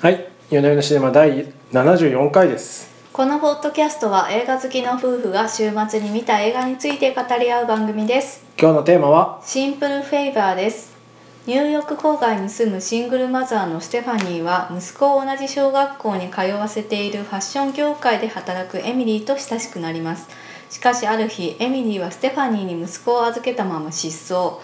はい夜な夜なシネマ第74回ですこのポッドキャストは映画好きの夫婦が週末に見た映画について語り合う番組です今日のテーマはシンプルフェイバーですニューヨーク郊外に住むシングルマザーのステファニーは息子を同じ小学校に通わせているファッション業界で働くエミリーと親しくなりますしかしある日エミリーはステファニーに息子を預けたまま失踪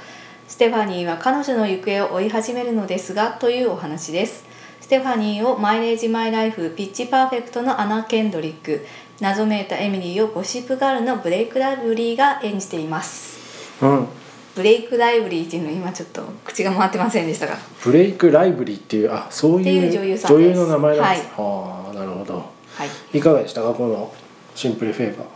ステファニーは彼女の行方を追い始めるのですがというお話ですステファニーをマイレージマイライフピッチパーフェクトのアナ・ケンドリック謎めいたエミリーをゴシップガールのブレイク・ライブリーが演じていますうんブレイク・ライブリーっていうの今ちょっと口が回ってませんでしたがブレイク・ライブリーっていうあそうっていいうう女優さんですの名前なんです、はあなるほどはいいかがでしたかこのシンプルフェイバー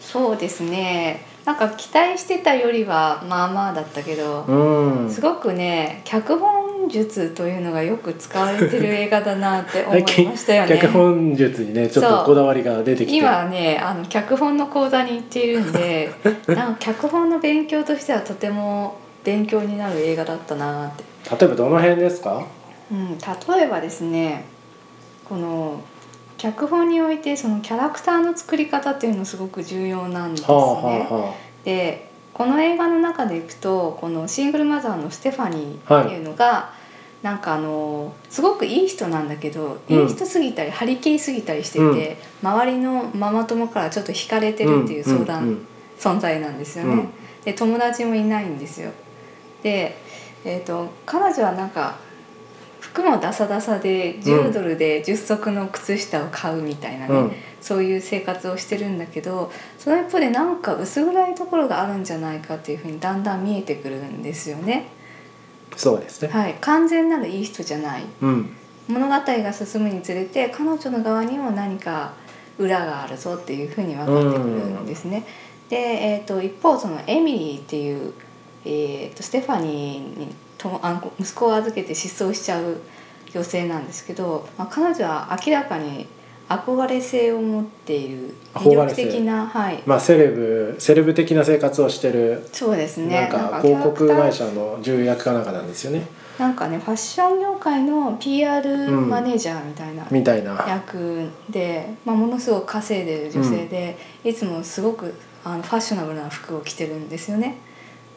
そうですねなんか期待してたよりはまあまあだったけどうんすごくね脚本術というのがよく使われてる映画だなって思最いま近した よね脚本術にねちょっそとうこだわりが出てきて今ねあの脚本の講座に行っているん でなんか脚本の勉強としてはとても勉強になる映画だったなって、例えばどの辺ですかうん、例えばですねこの脚本においてそのキャラクターの作り方っていうのすごく重要なんですはね。あはでこの映画の中でいくとこのシングルマザーのステファニーっていうのが、なんかあのすごくいい人なんだけど、うんいい人すぎたり張り切りすぎたりしてうんて、周りのママ友からちょっと惹かれてあはあるっていう相談、んん存在なんですよね。うんで友達もいないんですよ。で、えー、と彼女はなんか服もダサダサでう10んドルで10足の靴下を買うみたいなね、うんそういう生活をしてるんだけどその一方でなんか薄暗いところがあるんじゃないかっていうふうにだんだん見えてくるんですよね。そうですね、はい、完全なるいい人じゃないうん物語が進むにつれて彼女の側にも何か裏があるぞっていうふうに分かってくるんですね。で、えー、と一方そのエミリーっていう、えー、とステファニーにとあの息子を預けて失踪しちゃう女性なんですけど、まあ、彼女は明らかに憧れ性を持っている魅憧れ力性的な、はい、まあセレブセレブ的な生活をしてるそうですなねんか広告会なんかキャラ社クの重役かなんかなんですよねターなんかねファッション業界の PR うんマネージャーみたいな、みたいな役で、まあ、ものすごく稼いでる女性で、いつもすごくあのファッショナブルな服を着てるんですよね。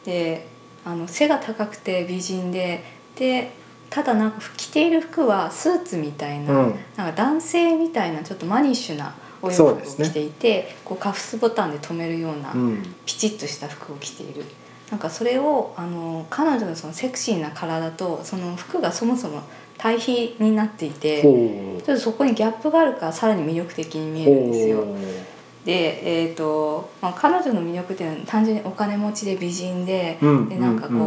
であの背が高くて美人ででただなんか着ている服はスーツみたいな,、うんなんか男性みたいなちょっとマニッシュなお洋服そをうですね着ていて、こうカフスボタンで留めるようなうんピチッとした服を着ている。なんかそれをあの彼女のそのセクシーな体とその服がそもそも対比になっていて、ほちょっとそこにギャップがあるからさらに魅力的にう見えるんですよ。ほで、えーとまあ、彼女の魅力っていうのは単純にお金持ちで美人で,、うんでなんかこう、うん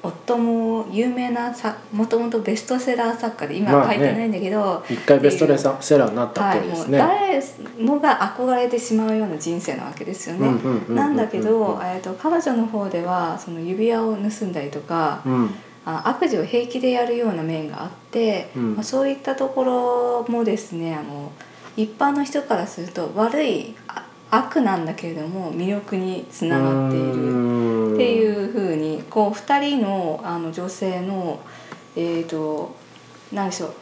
夫も有名なさもともとベストセラー作家でま今あね書いてないんだけど、う一回ベストレサセラーになったはっい、ぽいでもすうね、誰もが憧れてしまうような人生なわけですよね。うんうんうんうんなんだけど、えー、と彼女の方ではその指輪を盗んだりとか、うんあ悪事を平気でやるような面があって、うんまあ、そういったところもですねあの一般の人からすると悪いあ悪なんだけれども魅力につながっているるっていううふうにこう2人のあの女性のえー、と何でしょう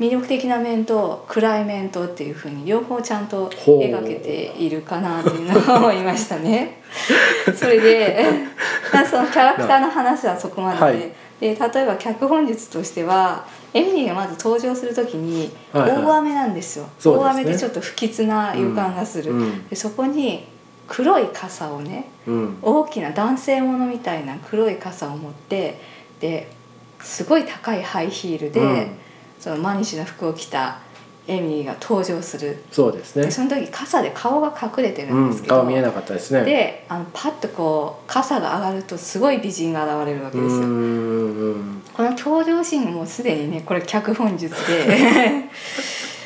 魅力的な面と暗い面とっていうふうに両方ちゃんとほう描けているかなっていうのは思いまし たね。それでそのキャラクターの話はそこまでで,、はいで例えば脚本術としてはエミリーがまず登場する時にはいはい大雨なんですよ、そうですね大雨でちょっと不吉な予感がする、うんうんでそこに黒い傘をねうん大きな男性ものみたいな黒い傘を持ってですごい高いハイヒールで、うんそのマニッシュな服を着たエミリーが登場する、そうですねでその時傘で顔が隠れてるうんでんすけど、顔見えなかったですねであのパッとこう傘が上がるとすごい美人が現れるわうけーですよ。んこの登場シーンもうすでにねこれ脚本 術で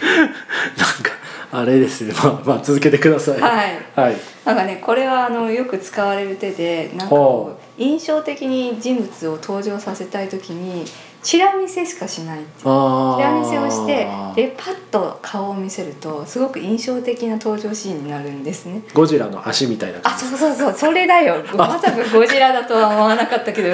なんかあれですねまあまあ続けてくださいはいはいなんかねこれはあのよく使われる手でなんかこほう印象的に人物を登場させたい時にチラ見せしかしないあチラ見せをしてあでパッと顔を見せるとすごく印象的な登場シーンになるんですねゴジラの足みたいなあ感じそうそうそうそれだよまさかゴジラだとは思わなかったけど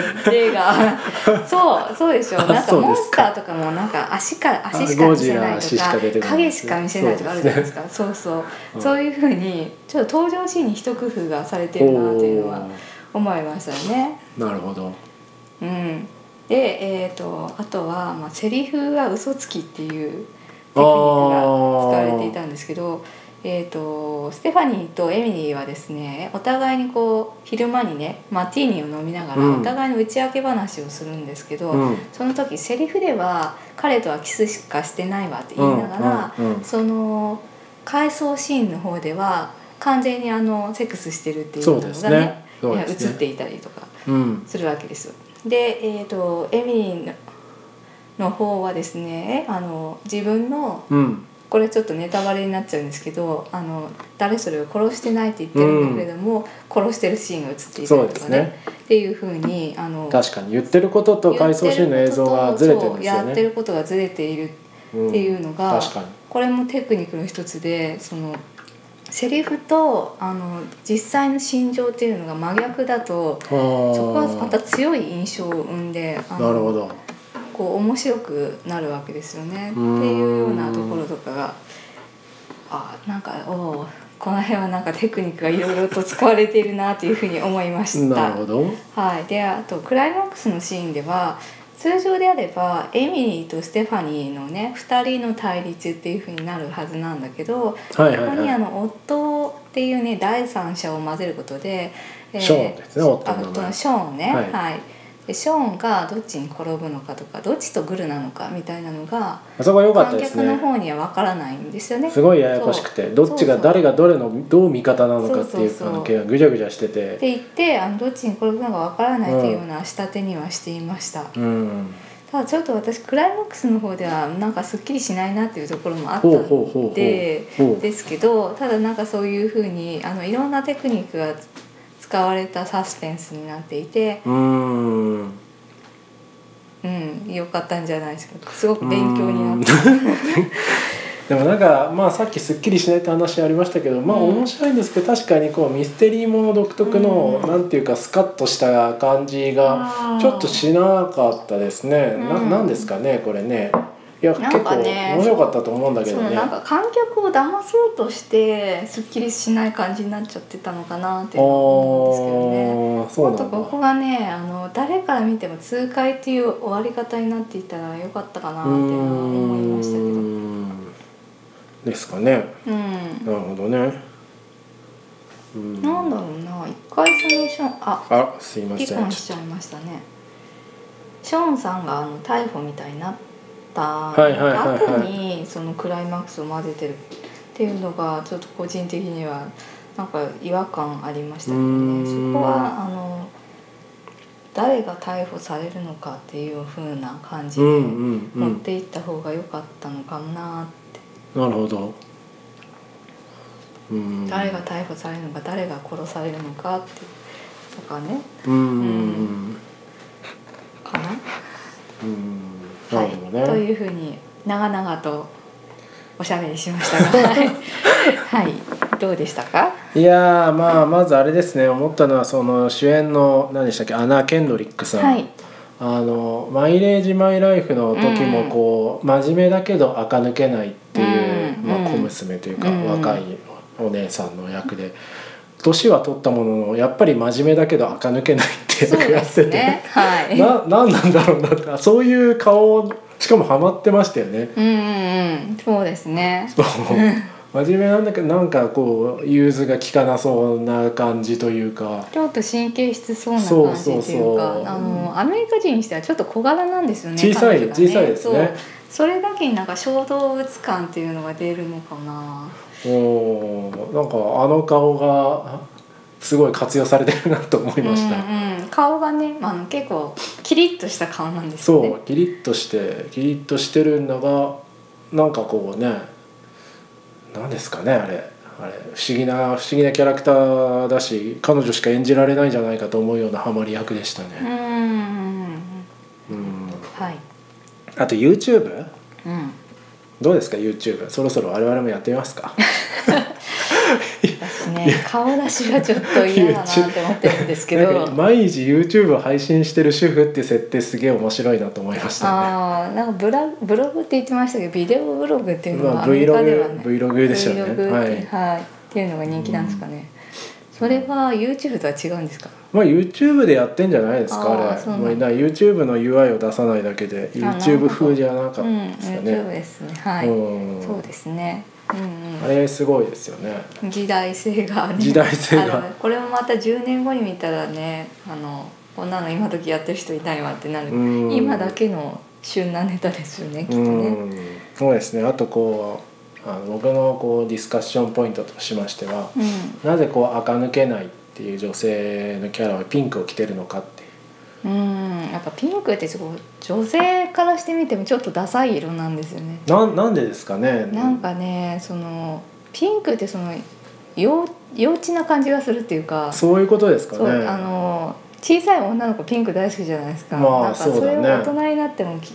映画そうそうでしょあなんかそうモでンスすタかーとかもなんか足か足しか見せないゴジラと足しか出てかこない影しか見せないとかあるじゃないですかそうそううんそういうふうにちょっと登場シーンに一工夫がされてるなっていうのは思いましたよねおーなるほどうんでえー、とあとは、まあ、セリフは嘘つきっていうテクニックが使われていたんですけど、えー、とステファニーとエミリーはですねお互いにこう昼間にねマティーニを飲みながらうんお互いの打ち明け話をするんですけど、うんその時セリフでは「彼とはキスしかしてないわ」って言いながら、うんうんうんその回想シーンの方では完全にあのセックスしてるっていうのそうがですねそういやで映っすねていたりとか。うんするわけですよ。で、えー、とエミリーのの方はですねあの自分のうんこれちょっとネタバレになっちゃうんですけどあの誰それを殺してないって言ってるんだけれども、殺してるシーンが映っていたそうりでとすかねねっていうふうにあの確かに言ってることと回想シーンの映像がずれてるんですよそうやっねてることがずれているうんっていうのが、確かにこれもテクニックの一つでそのセリフとあの実際の心情っていうのが真逆だとそこそこはまた強い印象を生んであのなるほどこう面白くなるわけですよねってうんいうようなところとかがあなんかおうこの辺はなんかテクニックがいろいろと使われているなというふうに思いましなるた。ほどはい、であとクライマックスのシーンでは通常であればエミリーとステファニーのね2人の対立っていうふうになるはずなんだけど、はいはいここにはあいの夫っていうね第三者を混ぜることで、ショーンですね夫の名前あ夫のショーンねは、はいいでショーンがどっちに転ぶのかとかどっちとグルなのかみたいなのがあそこ良かった観です客のね方には分からないんですよねすごいややこしくてそうどっちが誰がどれのどう味方なのかっていそううそうそう関係がぐちゃぐちゃしてってて言ってあのどっちに転ぶのか分からないっていうような仕立てにはしていました、うんただちょっと私クライマックスの方ではなんかすっきりしないなっていうところもあったほうほんうほうほうでほうですけどただなんかそういうふうにあのいろんなテクニックが使われたサスペンスになっていてうーんうん良かったんじゃないですかすごく勉強になったでもなんかまあさっきすっきりしないって話ありましたけどまあうん面白いんですけど確かにこうミステリーもの独特のうんなんていうかスカッとした感じがあーちょっとしなかったですねなうんなんですかねこれねいやなん結構かね面白かったと思うんだけそどのねなんか観客を騙そうとしてすっきりしない感じになっちゃってたのかなっていうのは思うんですけあーそうどね。もっなとんこだこがねあの誰から見ても痛快っていう終わり方になっていたら良かったかなっていうのは思いましたけどうーんですかねうんなるほどねうんなんだろうな一回そのショーンああすいませ離ん婚しちゃいましたねショーンさんがあの逮捕みたいになったはいはいはいはい後にそのクライマックスを混ぜてるっていうのがちょっと個人的にはなんか違和感ありましたけどうねーんそこはあの誰が逮捕されるのかっていう風な感じうでんうんう持っんていった方が良かったのかなって、なるほどうん誰が逮捕されるのか誰が殺されるのかってとかねうんうんかな。うんうんなはるいほど、とねいうふうに長々とおしゃべりしまし たがはいはいどうでしたかいやーまあまずあれですね思ったのはその主演の何でしたっけアナ・ケンドリックさん、はいあの「マイレージ・マイ・ライフ」の時もこう、真面目だけど垢抜けないっていう、うんまうあ、ん小娘というか、うん若いお姉さんの役で年は取ったもののやっぱり真面目だけど垢抜けないってそう役やでってすて、ねはいな何なんだろうなってあそういう顔しかもハマってましたよね。うんうんうんそうですねそう 真面目なんだけどなんかこう融通が利かなそうな感じというかちょっと神経質そうなそう感じそうっていうかそうあのアメリカ人にしてはちょっと小柄なんですよね小さい彼女が小さいですねそうそれだけになんか小動物感っていうのが出るのかなおーなんかあの顔がすごい活用されてるなと思いました、うんうん、顔がね、まあ、あの結構キリッとした顔なんですよねそうキリッとしてキリッとしてるのがなんかこうね何ですかねあれあれ不思議な不思議なキャラクターだし彼女しか演じられないんじゃないかと思うようなハマり役でしたうんね。うんうんうんはいあと YouTube うんどうですか YouTube そろそろ我々もやってみますか私ね顔出しがちょっと嫌だなって思ってるんですけどなんか毎日 YouTube を配信してる主婦っていう設定すげえ面白いなと思いましたねああなんかブラブログって言ってましたけどビデオブログっていうのまはあアメリカではね、 Vlog Vlog でしょうね Vlog ってはいはいっていうのが人気なんですかね、それは YouTube とは違うんですかまあ YouTube でやってんじゃないですかああーれそうなんもだうな YouTube の UI を出さないだけでなるほ YouTube ど風じゃなかったうんですか YouTube ねですねはい、うんそうですねうんあれすごいですよねうん時代性がね時代性があのこれもまた10年後に見たらねあのこんなの今時やってる人いないわってなるうん今だけの旬なネタですよねきっとねうんそうですねあとこうあの僕のこうディスカッションポイントとしましてはうんなぜこう垢抜けないっていう女性のキャラはピンクを着てるのかっていううんやっぱピンクってすごい女性からしてみてもちょっとダサい色なんですよね。なんなんでですかねなんかねそのピンクってその幼幼稚な感じがするっていうかそういうことですかそうねあの小さい女の子ピンク大好きじゃないですか,、まあなんかそうだねれを大人になってもき、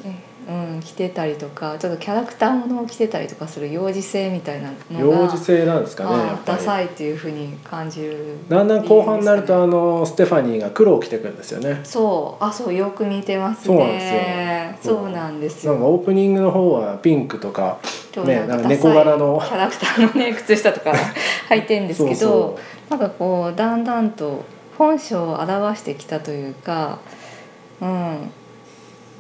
うん、着てたりとかちょっとキャラクターものを着てたりとかする幼児性みたいなのが幼児性なんですかねやあっぱダりサいっていうふうに感じるだんだん後半になる理由ですかねとあのステファニーが黒を着てくるんですよねそうあそうよく似てますねそそううななんですなんよかオープニングの方はピンクとか今日ねなんかダサい猫柄のキャラクターのね靴下とか 履いてるんですけどそうそうなんかこうだんだんと本性を表してきたというか、うん、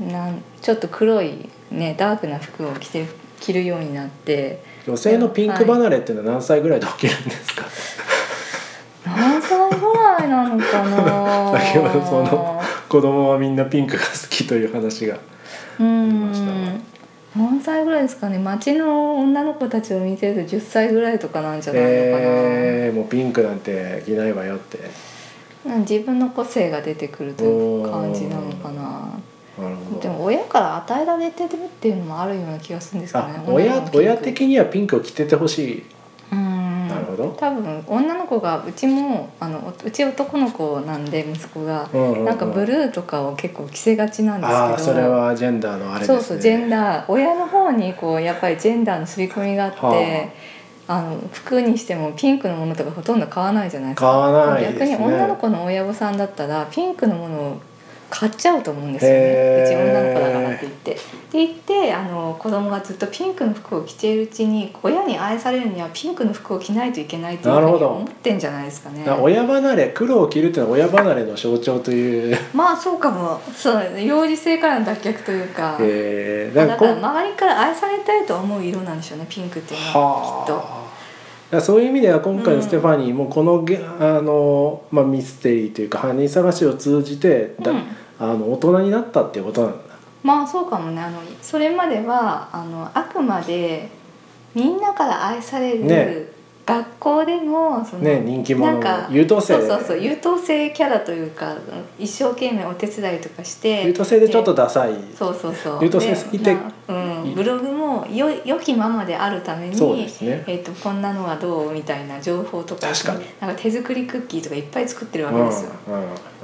なんちょっと黒い、ね、ダークな服を着て着るようになって女性のピンク離れっていうのは何歳ぐらいで起きるんですか、何歳ぐらいなのかな先ほどその 子供はみんなピンクが好きという話がうましたん何歳ぐらいですかね街の女の子たちを見てると10歳ぐらいとかなんじゃないのかな、えー、もうピンクなんて着ないわよってうん自分の個性が出てくるという感じなのかななるほでども親から与えられてるっていうのもあるような気がするんですかねあ女の親子親的にはピンクを着ててほしい、うんなるほど多分女の子がうちもあのうち男の子なんで息子がうんうんうんなんかブルーとかを結構着せがちなんですけどああそれはジェンダーのあれですそねうそうジェンダー親の方にこうやっぱりジェンダーの刷り込みがあって、はあの服にしてもピンクのものとかほとんど買わないじゃないです買かわないです逆ねに女の子の親御さんだったらピンクのものを買っちゃうと思うんですよへーねうち女の子だからって言って。って言ってあの子供がずっとピンクの服を着ているうちに親に愛されるにはピンクの服を着ないといけないっていうふなうるにほど思ってんじゃないですかねだ。から親離れ黒を着るっていうのは親離れの象徴という、まあそうかもそう幼児性からの脱却というか。えー、だからこう周りから愛されたいと思う色なんでしょうねピンクっていうのはきっと。はあだからそういう意味では今回のステファニーもこのげ、あのまあ、ミステリーというか犯人探しを通じてだ、うんあの大人になったっていうことなんだまあそうかもねあのそれまではあのあくまでみんなから愛される、ね学校でもその、ね人気者なんか優等生そうそうそう優等生キャラというか一生懸命お手伝いとかして優等生でちょっとダサいそうそうそう優等生すぎてでなうん、ブログもよ良きママであるためにそうですねえー、とこんなのはどうみたいな情報とか確かになんか手作りクッキーとかいっぱい作ってるうんわけですよ、う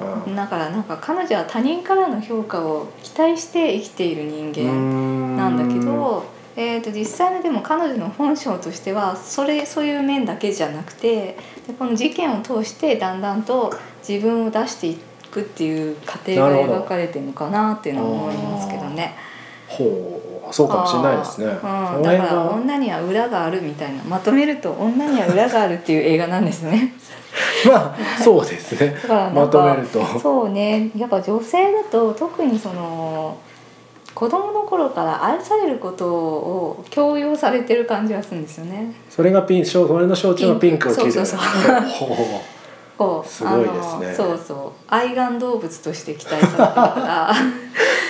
んうんだからなんか彼女は他人からの評価を期待して生きている人間なんだけど、えー、と実際のでも彼女の本性としてはそれそういう面だけじゃなくてでこの事件を通してだんだんと自分を出していくっていう過程がなるほど描かれてるのかなっていうのは思いますけどね。ほうそうかもしれないですね、そあーうん、のだ辺からが女には裏があるみたいなまとめると女には裏があるっていう映画なんですね。 まあそうですねだからなまんかとめるとそうねやっぱ女性だと特にその子供の頃から愛されることを強要されてる感じがするんですよね。それがピンそれの象徴がピンクを着るピンクそうそうほうこうすごいですねあのそうそう愛玩動物として期待されてるから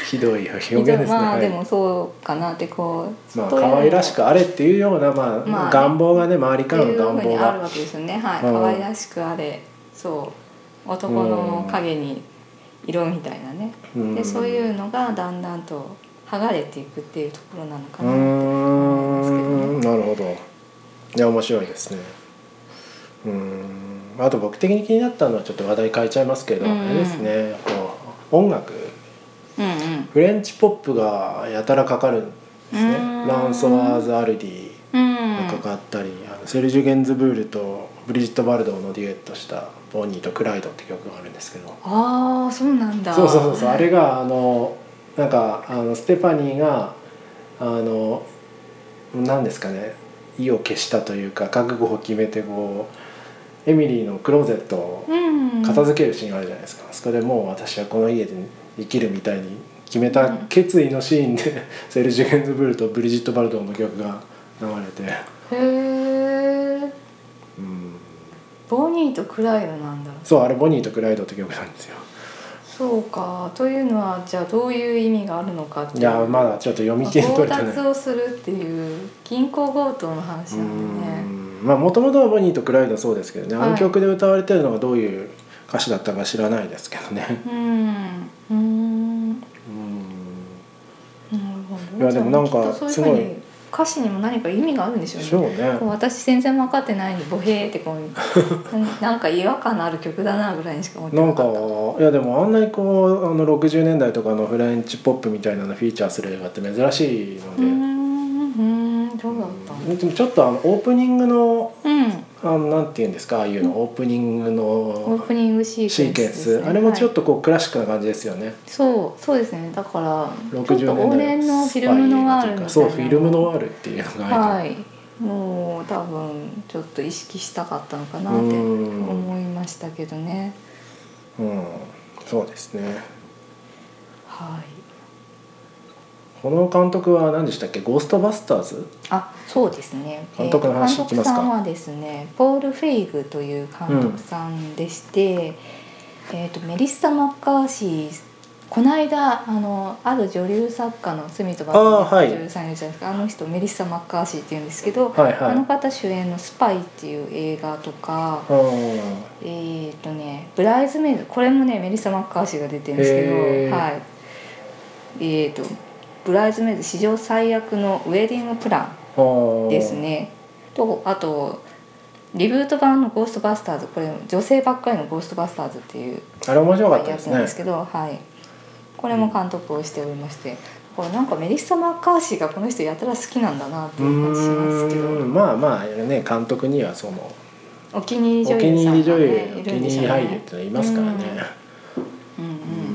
ひど い表現ですね、 まあはいでもそうかなってこうまあ可愛らしくあれっていうような、まあまあね願望がね周りってからのいうふ願うに望あるがわけですよねはいうん可愛らしくあれそう男の影に色みたいなねうんでそういうのがだんだんと剥がれていくっていうところなのかうなーんなるほどいや面白いですねうーんあと僕的に気になったのはちょっと話題変えちゃいますけど、うんうんあれですねこう音楽うんうんフレンチポップがやたらかかるんですねうーんランソワーズ・アルディうんがかかったり、あのセルジュ・ゲンズブールとブリジット・バルドーのデュエットした「ボニーとクライド」って曲があるんですけどああそうなんだそうそうそうそうあれがあのなんかあのステファニーがあの何ですかね意を消したというか覚悟を決めてこうエミリーのクローゼットをうん片付けるシーンがあるじゃないですか、あそこでもう私はこの家で生きるみたいに決めた決意のシーンで、 セルジュ・ゲンズブールとブリジット・バルドーの曲が流れて、へえうん、ボニーとクライドなんだそうあれ「ボニーとクライド」って曲なんですよそうかというのはじゃあどういう意味があるのかっていいうやまだちょっと読み切れと強れてない奪をするっていう銀行強盗の話うなんだねんまあもともとはボニーとクライドはそうですけどね、はいあの曲で歌われてるのがどういう歌詞だったか知らないですけどね うんうんなうんるほどいやでもなんかじゃあきっとそういうふうすごに歌詞にも何か意味があるんでしでしょょううねねこう私全然分かってないんでボヘーってこう ななんか違和感のある曲だなぐらいにしか思ってなんなかかったいやでもあんなにこうあの60年代とかのフレンチポップみたいなのフィーチャーする映画って珍しいのうで、ーんうーんそうだったんだでもちょっとあのオープニングのうんあのなんて言うんですかああいうの、オープニングオーのプニングシシーークケエンンスス、あれもちょっととこうクラシックな感じですよね、そうそうですねだから60ちょっと往年のフィルムノワールみたいなそうフィルムノワールっていうのがあはるいもう多分ちょっと意識したかったのかなっうてん思いましたけどねうんそうですねはいこの監督は何でしたっけ「ゴーストバスターズあそうですね監督の話えーいきますか監督さんはですねポール・フェイグという監督さんでして、えー、とメリッサ・マッカーシーこの間あのある女流作家の罪と罰あーはい女流さんいるじゃないですかあの人メリッサ・マッカーシーっていうんですけど、」はいはあいの方主演の「スパイ」っていう映画とか、うんえっ、とねブライズメイドこれもねメリッサ・マッカーシーが出てるんですけへーどはいえっ、とブライズメイド史上最悪のウェディングプランあーですねとあとリブート版の「ゴーストバスターズ」これ女性ばっかりの「ゴーストバスターズ」っていうあれ面白かったやでつなんですすねけど、はい、これも監督をしておりましてこれなんかメリッサ・マッカーシーがこの人やたら好きなんだなってういう感じしますけーどんまあまあね監督にはそのお気にお入気り女に入り女優、お優さんが、ね、い気るんにで入しりょう俳優っねて。のはいますからねうんうーうん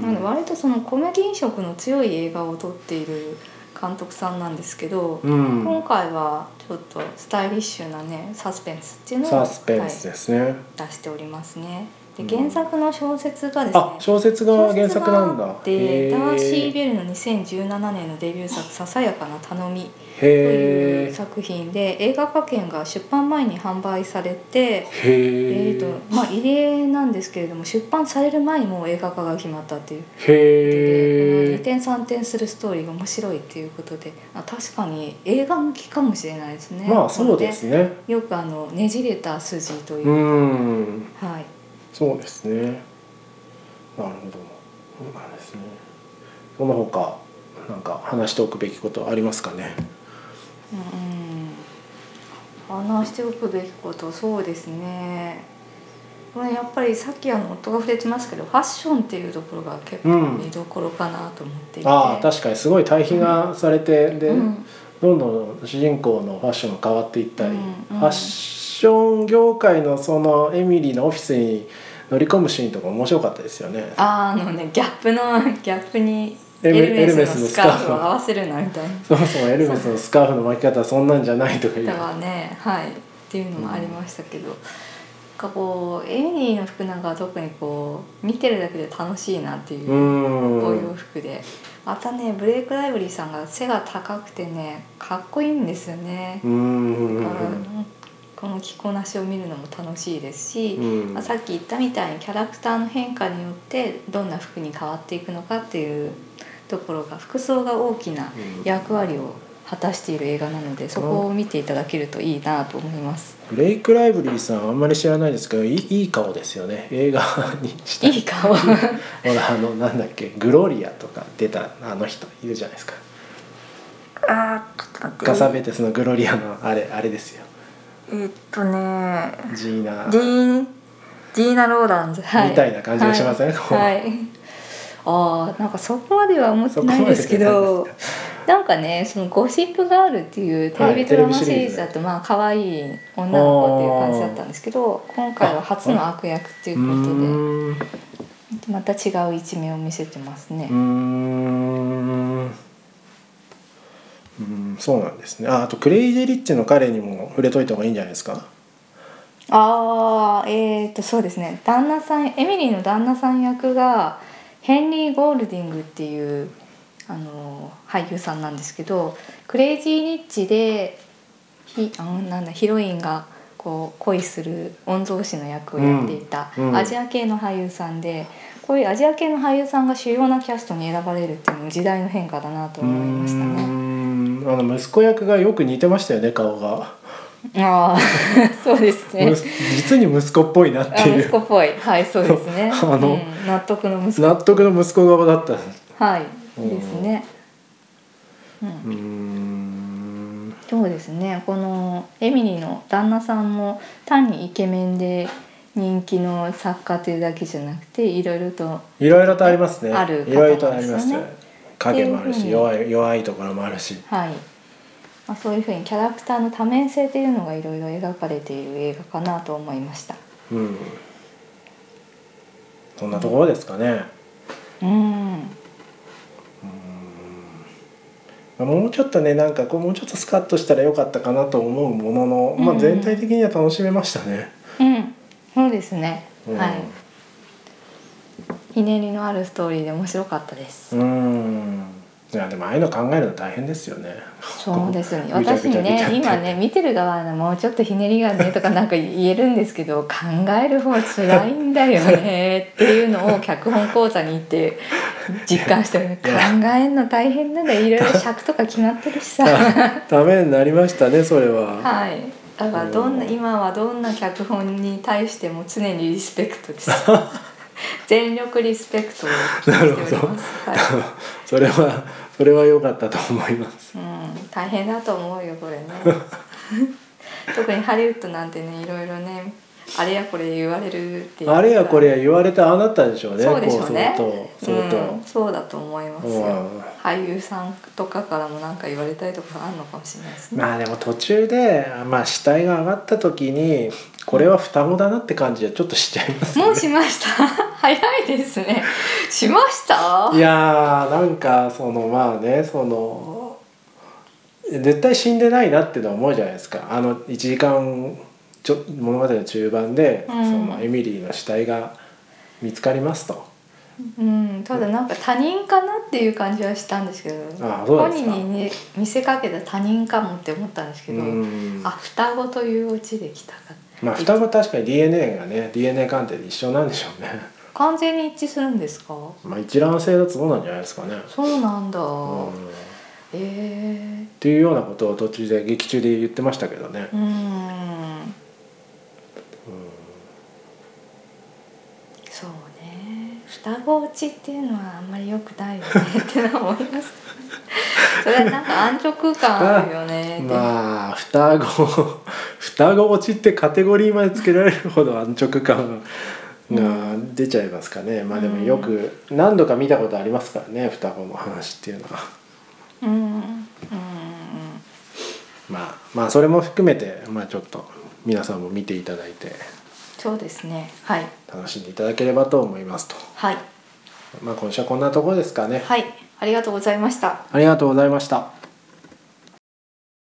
んなので割とそのコメディ色の強い映画を撮っている監督さんなんですけど、うん今回はちょっとスタイリッシュなねサスペンスっていうのをサスペンスはですね、い、出しておりますね。でうん原作の小説がですね、あ小説が原作なんだでダーシー・へベルの2017年のデビュー作「ささやかな頼み」えというへ作品で映画化券が出版前に販売されて、えへえーとまあ、異例なんですけれども出版される前にもう映画化が決まったっていうへでえ2点3点するストーリーが面白いっていうことであ確かに映画向きかもしれないですね。まあそうですねなのでよくあのねじれた筋というう、んはい、そうですね。なるほど。そうなんですね。その他、なんか話しておくべきことありますかね。うんうん、話しておくべきことそうですねこれやっぱりさっきあの夫が触れてますけどファッションっていうところが結構うん見どころかなと思っていて、ああ、確かにすごい対比がされて、で、うんどんどん主人公のファッションが変わっていったり、うんうんファッション業界のそのエミリーのオフィスに乗り込むシーンとか面白かったですよね。あーあのねギャップのギャップにエエルルメエルメススののススカカーーフフを合わせるなみたいな。そもそもエルメスのスカーフの巻き方はそんなんじゃないとか言うだ。からねはいっていうのもありましたけど、なんかこうエミリーの服なんかは特にこう見てるだけで楽しいなっていうう。こうんいう服でまたねブレイク・ライブリーさんが背が高くてねかっこいいんですよねう、ん。だからこの着こなしを見るのも楽しいですし、うんまあさっき言ったみたいにキャラクターの変化によってどんな服に変わっていくのかっていうところが服装が大きな役割を果たしている映画なのでそこを見ていただけるといいなと思います。ブレイク・ライブリーさんあんまり知らないですけどいいいい顔ですよね映画にしたいい顔ほ らあのなんだっけ「グロリア」とか出たあの人いるじゃないですかあちょっと待ガサベテスの「グロリア」のあれあれですよえっとねジーナディーンディーナ・ローランズ、はみたいな感じがしませんはい、はいああなんかそこまでは思ってそこまなでいですけどなんかねそのゴシップガールっていうテレビドラマはいテレビシリーシズリーズだとまあ可愛い女の子っていう感じだったんですけど今回は初の悪役っていううーこんうとでまた違う一面を見せてますねー。んうーんそうなんですねああとクレイジー・リッチの彼にも触れといた方がいいんじゃないですかああえっ、とそうですね旦那さんエミリーの旦那さん役がヘンリー・ゴールディングっていうあの俳優さんなんですけど「クレイジー・ニッチで」ひあのなんだヒロインがこう恋する御曹司の役をやっていたうんうんアジア系の俳優さんで、こういうアジア系の俳優さんが主要なキャストに選ばれるっていうのも時代の変化だなとうー思いましたね。んあの息子役がよく似てましたよね顔が、ああ そうですねむ。す実に息子っぽいなっあてい息う子っぽいはいそうですね あのうん納得の息子納得の息子側だったうはいうんですね、うーん、んそうですねこのエミリーの旦那さんも単にイケメンで人気の作家というだけじゃなくていろいろといろいろとありますねある方ないろんですよねいろとあります影もあるってしいうふう弱い弱いところもあるしはい、まあ、そういうふうにキャラクターの多面性というのがいろいろ描かれている映画かなと思いましたうんそんなところですかね、うんまあもうちょっとねなんかこうもうちょっとスカッとしたらよかったかなと思うものの、まうあ、ん全体的には楽しめましたね、うんそうですね、うんはいひねりのあるストーリーで面白かったですうんいやでもああいうの考えるの大変ですよねそうですね。こう ぐちゃ私ぐちゃぐちゃっね、て今 ね、見てる側のもうちょっとひねりがねとかなんか言えるんですけど、考える方辛いんだよねっていうのを脚本講座に行って実感してる。考えんの大変なんだ。いろいろ尺とか決まってるし さ。はたためになりましたねそれは、い。だからどんなうん今はどんな脚本に対しても常にリスペク トです。全力リスペクトをしております。なるほどはい。 それはそれは良かったと思い ますうん、大変だと思うよこ れね特にハリウッドなんてねいろいろねあれやこれ言われるっていうかあれやこれや言われてああなったんでしょうねそうでしょうねこうするとするうん、そうだと思いますと、よ、うん俳優さんとかからもなんか言われたりとかあるのかもしれないですね、まあでも途中で、まあ、死体が上がった時にこれは双子だなって感じはちょっとしちゃいますもうしました 早いですねしましたいやーなんかそのまあねその絶対死んでないなってのは思うじゃないですかあの1時間ちょ物語の中盤で、うんそのエミリーの死体が見つかりますと。うん、ただなんか他人かなっていう感じはしたんですけどあそう本です人かに、ね、見せかけた他人かもって思ったんですけど、うんあ双子というオチできたかまあ双子確かに DNA がね DNA 鑑定で一緒なんでしょうね。完全に一致するんですかまあ一卵性だとそうなんじゃないですかね。そうなんだ、うんえっていうようなことを途中で劇中で言ってましたけどね。ー、うんそうね双子落ちっていうのはあんまり良くないよねってのは思います それはなんか安直感あるよねってまあ双子 双子落ちってカテゴリーまでつけられるほど安直感がが出ちゃいますかね、まあでもよく何度か見たことありますからね双子の話っていうのはうんうんまあまあそれも含めてまあちょっと皆さんも見ていただいてそうですねはい楽しんでいただければと思いますとはいまあ今週はこんなところですかね、はいありがとうございましたありがとうございました